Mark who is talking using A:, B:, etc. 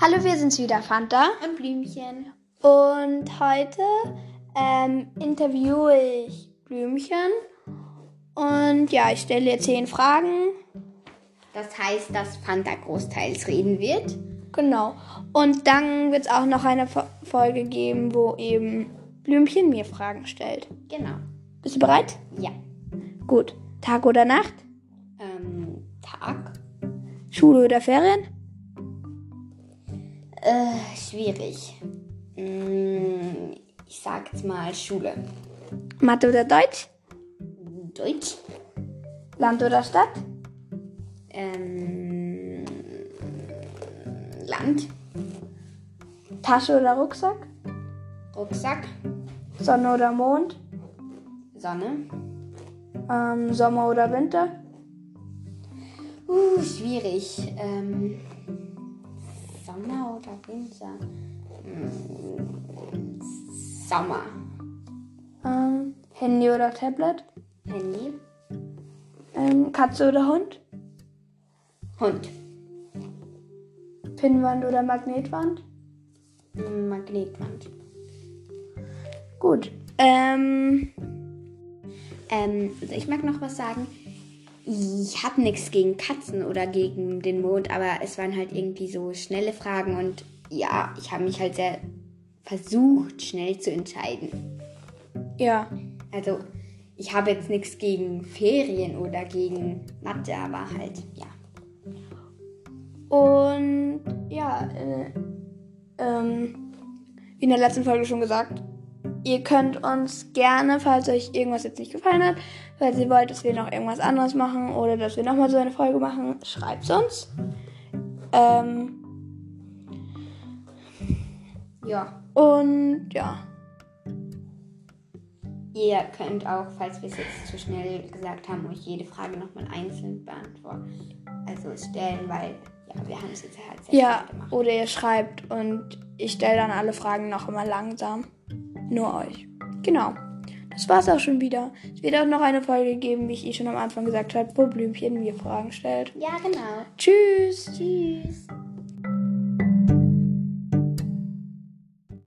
A: Hallo, wir sind's wieder, Fanta.
B: Ein Blümchen.
A: Und heute ähm, interviewe ich Blümchen. Und ja, ich stelle ihr zehn Fragen.
B: Das heißt, dass Fanta großteils reden wird.
A: Genau. Und dann wird es auch noch eine Fo- Folge geben, wo eben Blümchen mir Fragen stellt.
B: Genau.
A: Bist du bereit?
B: Ja.
A: Gut. Tag oder Nacht?
B: Ähm, Tag.
A: Schule oder Ferien?
B: Äh, schwierig. Mm, ich sag jetzt mal Schule.
A: Mathe oder Deutsch?
B: Deutsch.
A: Land oder Stadt?
B: Ähm, Land.
A: Tasche oder Rucksack?
B: Rucksack.
A: Sonne oder Mond?
B: Sonne.
A: Ähm, Sommer oder Winter?
B: Uh, schwierig. Ähm, Sommer oder Winter? Mm, Sommer.
A: Ähm, Handy oder Tablet?
B: Handy.
A: Ähm, Katze oder Hund?
B: Hund.
A: Pinnwand oder Magnetwand?
B: Magnetband.
A: Gut. Ähm,
B: Ähm, also ich mag noch was sagen. Ich habe nichts gegen Katzen oder gegen den Mond, aber es waren halt irgendwie so schnelle Fragen und ja, ich habe mich halt sehr versucht, schnell zu entscheiden.
A: ja.
B: Also, ich habe jetzt nichts gegen Ferien oder gegen Mathe, aber halt, ja.
A: Und ja, äh, ähm, wie in der letzten Folge schon gesagt, ihr könnt uns gerne, falls euch irgendwas jetzt nicht gefallen hat, falls ihr wollt, dass wir noch irgendwas anderes machen oder dass wir nochmal so eine Folge machen, schreibt's uns. Ähm,
B: Ja.
A: und ja,
B: Ihr könnt auch, falls wir es jetzt zu schnell gesagt haben, euch jede Frage nochmal einzeln beantworten. Also stellen, weil, ja, wir haben es jetzt halt sehr
A: ja,
B: schnell gemacht.
A: oder ihr schreibt und ich stelle dann alle Fragen noch immer langsam. Nur euch. Genau. Das war's auch schon wieder. Es wird auch noch eine Folge geben, wie ich eh schon am Anfang gesagt habe, wo Blümchen mir Fragen stellt.
B: Ja, genau.
A: Tschüss.
B: Tschüss.